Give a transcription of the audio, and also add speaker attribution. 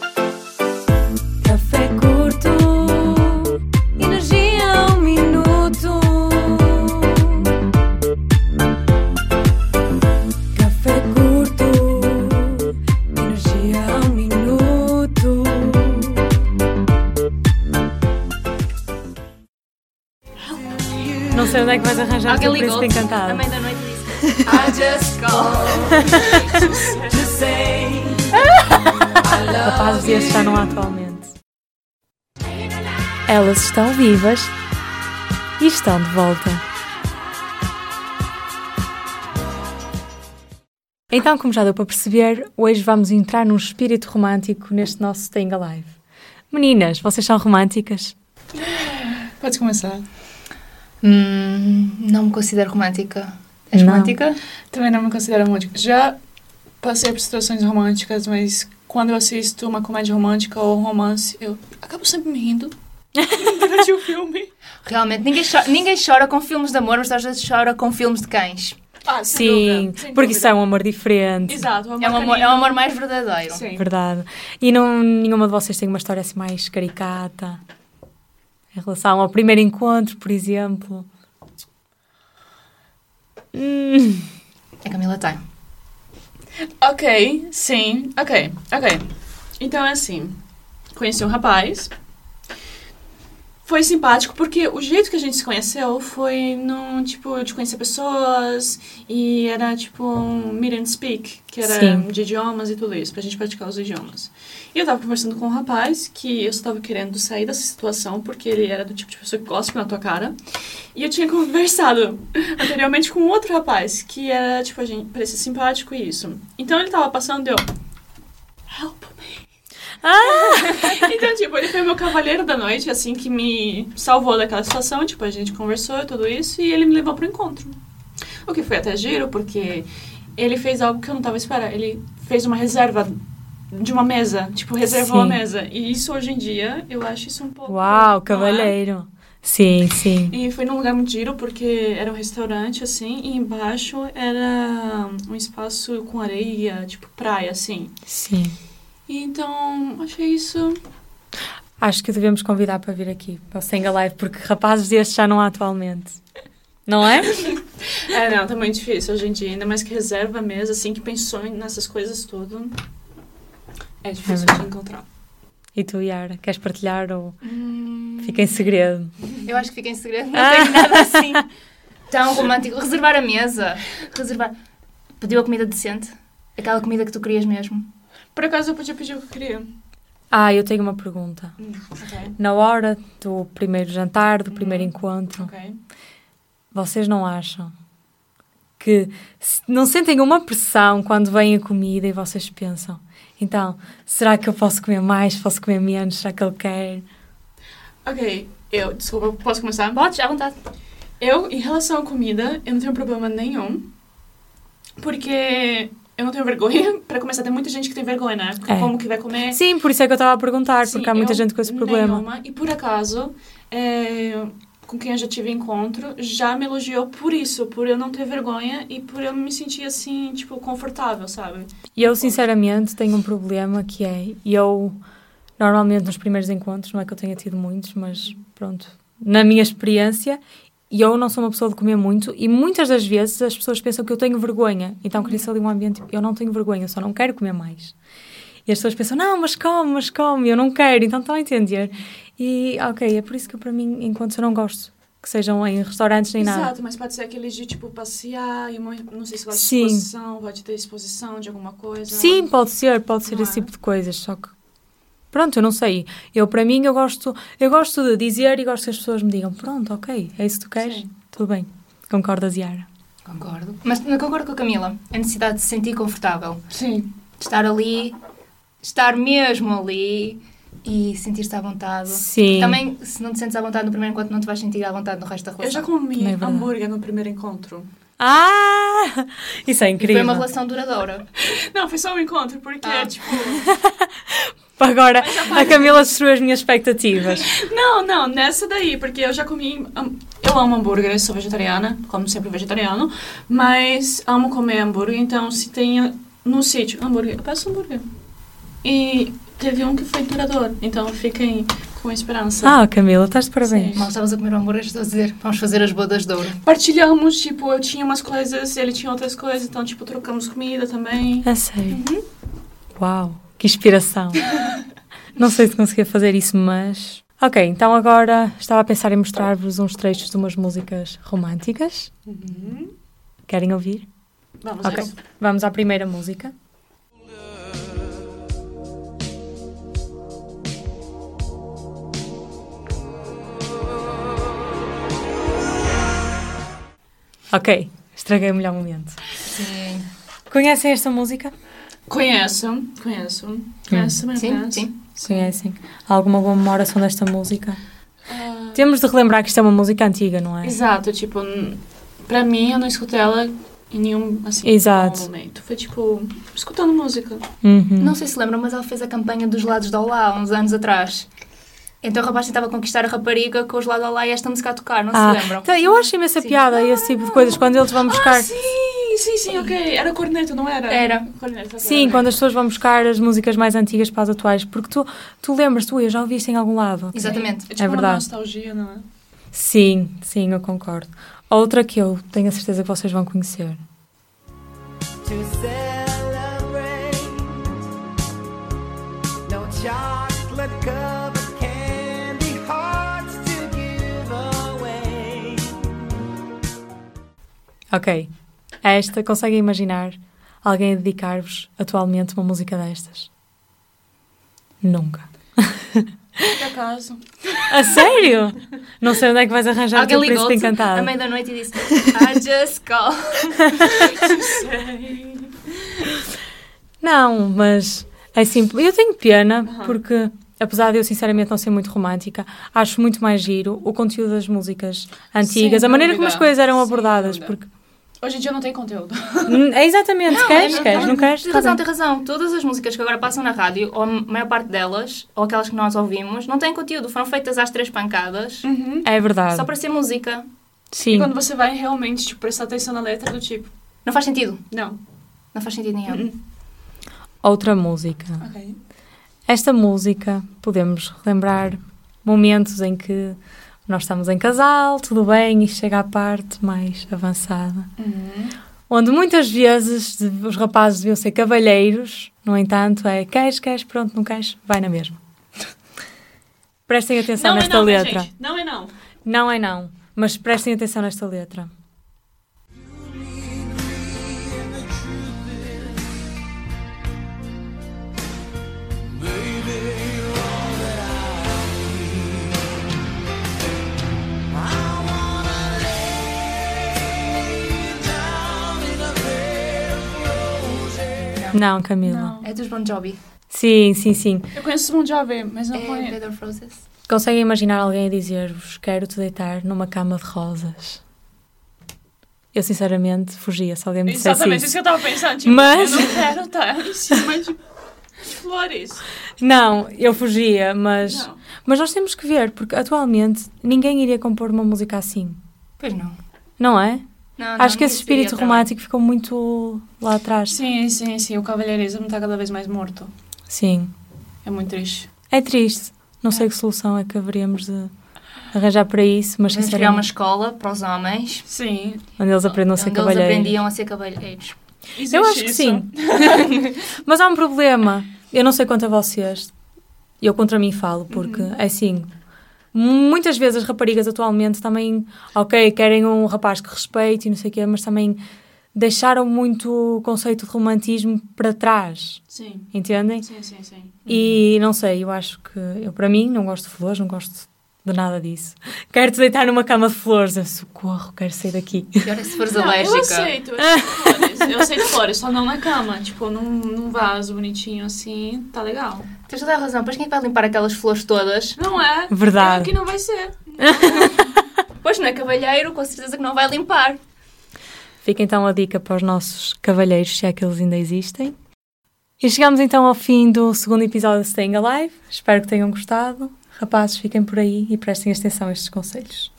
Speaker 1: um um é imaginámos o príncipe encantado.
Speaker 2: A mãe da noite disse.
Speaker 3: I just called to say I
Speaker 1: Rapazes
Speaker 3: love
Speaker 1: e esses já não há atualmente. Elas estão vivas e estão de volta. Então, como já deu para perceber, hoje vamos entrar num espírito romântico neste nosso Staying Alive. Meninas, vocês são românticas?
Speaker 4: Podes começar.
Speaker 5: Hum, não me considero romântica. És
Speaker 1: Não.
Speaker 5: romântica?
Speaker 4: Também não me considero romântica. Já passei por situações românticas, mas quando eu assisto uma comédia romântica ou um romance, eu acabo sempre me rindo durante o filme.
Speaker 5: Realmente, ninguém, cho- ninguém chora com filmes de amor, mas às vezes chora com filmes de cães.
Speaker 4: Ah,
Speaker 1: Sim, porque isso é um amor diferente.
Speaker 4: Exato,
Speaker 5: É um amor, é um amor mais verdadeiro.
Speaker 4: Sim.
Speaker 1: Verdade. E não, nenhuma de vocês tem uma história assim mais caricata? Em relação ao primeiro encontro, por exemplo? Hum,
Speaker 5: A É Camila tem.
Speaker 4: Ok, sim, ok, ok. Então é assim: conheci um rapaz. Foi simpático porque o jeito que a gente se conheceu foi num tipo de conhecer pessoas e era tipo um meet and speak, que era
Speaker 1: Sim.
Speaker 4: de idiomas e tudo isso, pra gente praticar os idiomas. E eu tava conversando com um rapaz que eu só tava querendo sair dessa situação porque ele era do tipo de pessoa que gosta na tua cara. E eu tinha conversado anteriormente com outro rapaz, que era, tipo, a gente parecia simpático e isso. Então ele tava passando e eu. Help me! então, tipo, ele foi meu cavaleiro da noite, assim, que me salvou daquela situação. Tipo, a gente conversou e tudo isso, e ele me levou pro encontro. O que foi até giro, porque ele fez algo que eu não tava esperando. Ele fez uma reserva de uma mesa, tipo, reservou
Speaker 1: Sim.
Speaker 4: a mesa. E isso hoje em dia, eu acho isso um pouco.
Speaker 1: uau,
Speaker 4: não é?
Speaker 1: cavalheiro. Sim, sim.
Speaker 4: E foi num lugar muito giro, porque era um restaurante, assim, e embaixo era um espaço com areia, tipo praia, assim.
Speaker 1: Sim.
Speaker 4: E então, achei isso...
Speaker 1: Acho que devemos convidar para vir aqui, para o Senga Live, porque rapazes destes já não há atualmente. Não é?
Speaker 4: É, não, tá muito difícil hoje em dia, ainda mais que reserva mesmo, assim, que pensou em- nessas coisas tudo. É difícil de encontrar.
Speaker 1: E tu, Yara, queres partilhar ou
Speaker 2: Hum.
Speaker 1: fica em segredo?
Speaker 5: Eu acho que fica em segredo, não tenho nada assim tão romântico. Reservar a mesa, reservar. Pediu a comida decente, aquela comida que tu querias mesmo.
Speaker 4: Por acaso, eu podia pedir o que eu queria. Hum,
Speaker 1: Ah, eu tenho uma pergunta.
Speaker 4: Ok,
Speaker 1: Na hora do primeiro jantar, do primeiro encontro,
Speaker 4: ok.
Speaker 1: Vocês não acham que se- não sentem uma pressão quando vem a comida e vocês pensam, então, será que eu posso comer mais? Posso comer menos? Será que ele quer?
Speaker 4: Ok, eu, desculpa, posso começar?
Speaker 5: Podes, à vontade.
Speaker 4: Eu, em relação à comida, eu não tenho problema nenhum. Porque eu não tenho vergonha. Pra começar, tem muita gente que tem vergonha, né? Porque
Speaker 1: É.
Speaker 4: Como que vai comer?
Speaker 1: Sim, por isso é que eu estava a perguntar,
Speaker 4: Sim,
Speaker 1: porque há muita
Speaker 4: eu-
Speaker 1: gente com esse problema.
Speaker 4: nenhuma. E por acaso, é, com quem eu já tive encontro, já me elogiou por isso. Por eu não ter vergonha e por eu me sentir, assim, tipo, confortável, sabe?
Speaker 1: E eu, sinceramente, tenho um problema que é, eu, normalmente nos primeiros encontros, não é que eu tenha tido muitos, mas pronto, na minha experiência, eu não sou uma pessoa de comer muito e muitas das vezes as pessoas pensam que eu tenho vergonha. Então cria-se ali um ambiente, eu não tenho vergonha, eu só não quero comer mais. E as pessoas pensam, não, mas come, mas come, eu não quero, então estão a entender. E, ok, é por isso que para mim, enquanto eu não gosto que sejam em restaurantes nem nada.
Speaker 4: Exato, mas pode ser aqueles de, tipo, passear e uma- não sei se vai ter
Speaker 1: Sim.
Speaker 4: exposição, pode ter exposição de alguma coisa.
Speaker 1: Sim, pode ser, pode ser
Speaker 4: Não
Speaker 1: esse
Speaker 4: é?
Speaker 1: tipo de coisas, só que pronto, eu não sei. Eu para mim eu gosto, eu gosto de dizer e gosto que as pessoas me digam, pronto, ok, é isso que tu queres,
Speaker 4: Sim.
Speaker 1: tudo bem. Concordas, Yara?
Speaker 5: Concordo. Mas não concordo com a Camila. A necessidade de se sentir confortável.
Speaker 4: Sim.
Speaker 5: Estar ali, estar mesmo ali e sentir-te à vontade.
Speaker 1: Sim.
Speaker 5: Também, se não te sentes à vontade no primeiro encontro, não te vais sentir à vontade no resto da
Speaker 4: Eu já
Speaker 5: relação.
Speaker 4: comi
Speaker 1: Não é verdade.
Speaker 4: hambúrguer no primeiro encontro.
Speaker 1: Ah! Isso é
Speaker 5: E foi
Speaker 1: incrível.
Speaker 5: uma relação duradoura.
Speaker 4: Não, foi só um encontro, porque,
Speaker 5: Ah.
Speaker 4: tipo...
Speaker 1: Agora a Camila destruiu as minhas expectativas.
Speaker 4: Não, não, nessa daí, porque eu já comi... hum, Eu amo hambúrguer, sou vegetariana, como sempre vegetariano, mas amo comer hambúrguer, então se tem no sítio hambúrguer, eu peço hambúrguer. E teve um que foi duradouro, então fiquem com esperança.
Speaker 1: Ah, Camila, estás de parabéns.
Speaker 5: Mal estavas a comer um hambúrguer, estou a dizer, vamos fazer as bodas de ouro.
Speaker 4: Partilhamos, tipo, eu tinha umas coisas, ele tinha outras coisas, então, tipo, trocamos comida também.
Speaker 1: A É sério. Uau, que inspiração. não sei se conseguia fazer isso, mas Ok, então agora estava a pensar em mostrar-vos uns trechos de umas músicas românticas. Querem ouvir?
Speaker 4: Vamos
Speaker 1: Ok.
Speaker 4: a isso.
Speaker 1: Vamos à primeira música. Ok, estraguei o melhor momento.
Speaker 5: Sim.
Speaker 1: Conhecem esta música?
Speaker 4: Conheço, conheço. Conheço, também
Speaker 5: Sim,
Speaker 1: Uhum.
Speaker 4: conheço.
Speaker 5: sim.
Speaker 1: Conhecem? Há alguma boa memoração desta música?
Speaker 4: Ah,
Speaker 1: Temos de relembrar que isto é uma música antiga, não é?
Speaker 4: exato, tipo, n- pra mim eu não escutei ela em nenhum assim,
Speaker 1: Exato.
Speaker 4: bom momento. Foi tipo, escutando música.
Speaker 1: Uhum.
Speaker 5: Não sei se lembram, mas ela fez a campanha dos lados de Olá há uns anos atrás. Então o rapaz tentava conquistar a rapariga com os lados de Olá e esta música a tocar, não
Speaker 1: Ah,
Speaker 5: se lembram?
Speaker 1: então, eu acho imensa
Speaker 5: Sim.
Speaker 1: piada esse tipo de coisas quando eles vão buscar.
Speaker 4: Ah, sim, sim, sim, ok. Era corneto, não era?
Speaker 5: Era.
Speaker 4: Corneto, ok.
Speaker 1: Sim, quando as pessoas vão buscar as músicas mais antigas para as atuais, porque tu, tu lembras, tu, eu já ouvi isto em algum lado.
Speaker 5: Exatamente.
Speaker 4: É tipo
Speaker 1: É
Speaker 4: uma
Speaker 1: verdade.
Speaker 4: nostalgia, não é?
Speaker 1: Sim, sim, eu concordo. Outra que eu tenho a certeza que vocês vão conhecer.
Speaker 3: to celebrate. No chocolate covered candy hearts to give away.
Speaker 1: Ok, esta, conseguem imaginar alguém a dedicar-vos atualmente uma música destas? Nunca.
Speaker 4: Por acaso.
Speaker 1: A sério? Não sei onde é que vais arranjar o teu
Speaker 5: Alguém
Speaker 1: príncipe
Speaker 5: ligou-te à
Speaker 1: encantado.
Speaker 5: meia da noite e disse I just call.
Speaker 1: Não, mas é simples. Eu tenho pena
Speaker 4: Aham.
Speaker 1: porque, apesar de eu sinceramente não ser muito romântica, acho muito mais giro o conteúdo das músicas antigas,
Speaker 4: Sem
Speaker 1: a maneira como as
Speaker 4: dúvida,
Speaker 1: coisas eram
Speaker 4: sem
Speaker 1: abordadas.
Speaker 4: dúvida.
Speaker 1: Porque...
Speaker 4: Hoje em dia não tem conteúdo.
Speaker 1: N- é exatamente, queres, queres, não queres?
Speaker 5: Tem
Speaker 1: Tá
Speaker 5: razão,
Speaker 1: bem.
Speaker 5: tem razão. Todas as músicas que agora passam na rádio, ou a maior parte delas, ou aquelas que nós ouvimos, não têm conteúdo. Foram feitas às três pancadas,
Speaker 4: Uhum.
Speaker 1: É verdade.
Speaker 5: só para ser música.
Speaker 4: E
Speaker 1: Sim.
Speaker 4: quando você vai realmente tipo, prestar atenção na letra do tipo,
Speaker 5: Não faz sentido.
Speaker 4: não. Uhum.
Speaker 5: Não faz sentido
Speaker 1: Hum.
Speaker 5: nenhum.
Speaker 1: Outra música.
Speaker 4: É. Ok.
Speaker 1: Esta música, podemos relembrar momentos em que nós estamos em casal, tudo bem, e chega à parte mais avançada.
Speaker 4: Uhum.
Speaker 1: onde muitas vezes de- os rapazes deviam ser cavalheiros, no entanto, é queres, queres, pronto, não queres, vai na mesma. Prestem atenção
Speaker 4: Não é
Speaker 1: nesta
Speaker 4: não, minha
Speaker 1: letra.
Speaker 4: gente. Não é não.
Speaker 1: Não é não, mas prestem atenção nesta letra. Não, Camila.
Speaker 5: É dos Bon Jovi.
Speaker 1: Sim, sim, sim.
Speaker 4: Eu conheço o Bon Jovi, mas não
Speaker 5: É
Speaker 4: conheço.
Speaker 5: Bed of Roses.
Speaker 1: Conseguem imaginar alguém a dizer-vos quero-te deitar numa cama de rosas? Eu sinceramente fugia se alguém me dissesse
Speaker 4: Exatamente isso
Speaker 1: isso.
Speaker 4: que eu tava pensando. Tipo,
Speaker 1: Mas-
Speaker 4: Eu não quero estar em cima de, de flores.
Speaker 1: Não, eu fugia, mas...
Speaker 4: Não.
Speaker 1: Mas nós temos que ver, porque atualmente ninguém iria compor uma música assim,
Speaker 5: Pois não.
Speaker 1: não é?
Speaker 5: Ah, Não,
Speaker 1: Acho
Speaker 5: não,
Speaker 1: que esse
Speaker 5: isso seria
Speaker 1: espírito
Speaker 5: outra banda.
Speaker 1: romântico ficou muito lá atrás.
Speaker 4: Sim, sim, sim. O cavalheirismo tá cada vez mais morto.
Speaker 1: Sim.
Speaker 4: É muito triste.
Speaker 1: É triste. Não sei que solução é que haveríamos de arranjar para isso, mas
Speaker 5: Vamos criar uma
Speaker 1: sinceramente,
Speaker 5: escola para os homens.
Speaker 4: Sim.
Speaker 1: onde eles aprendam a ser
Speaker 5: onde eles
Speaker 1: cavalheiros.
Speaker 5: aprendiam a ser cavalheiros.
Speaker 4: Existe
Speaker 1: Eu acho que
Speaker 4: isso.
Speaker 1: sim. Mas há um problema. Eu não sei quanto a vocês. Eu contra mim falo, porque
Speaker 4: Uhum.
Speaker 1: é assim. Muitas vezes as raparigas atualmente também, ok, querem um rapaz que respeite e não sei o quê, mas também deixaram muito o conceito de romantismo para trás,
Speaker 4: Sim.
Speaker 1: entendem?
Speaker 4: Sim, sim, sim.
Speaker 1: E não sei, eu acho que, eu para mim, não gosto de flores, não gosto de nada disso. Quero te deitar numa cama de flores, eu socorro, quero sair daqui.
Speaker 5: Pior é se fores alérgica.
Speaker 4: eu aceito. Eu aceito flores. Eu aceito flores, só não na cama. Tipo, num, num vaso bonitinho assim, tá legal.
Speaker 5: Tens toda a razão. Pois quem é que vai limpar aquelas flores todas?
Speaker 4: Não é?
Speaker 1: Verdade.
Speaker 4: Eu que não vai ser.
Speaker 5: Pois não é cavalheiro, com certeza que não vai limpar.
Speaker 1: Fica então a dica para os nossos cavalheiros, se é que eles ainda existem. E chegamos então ao fim do segundo episódio de Staying Alive. Espero que tenham gostado. Rapazes, fiquem por aí e prestem atenção a estes conselhos.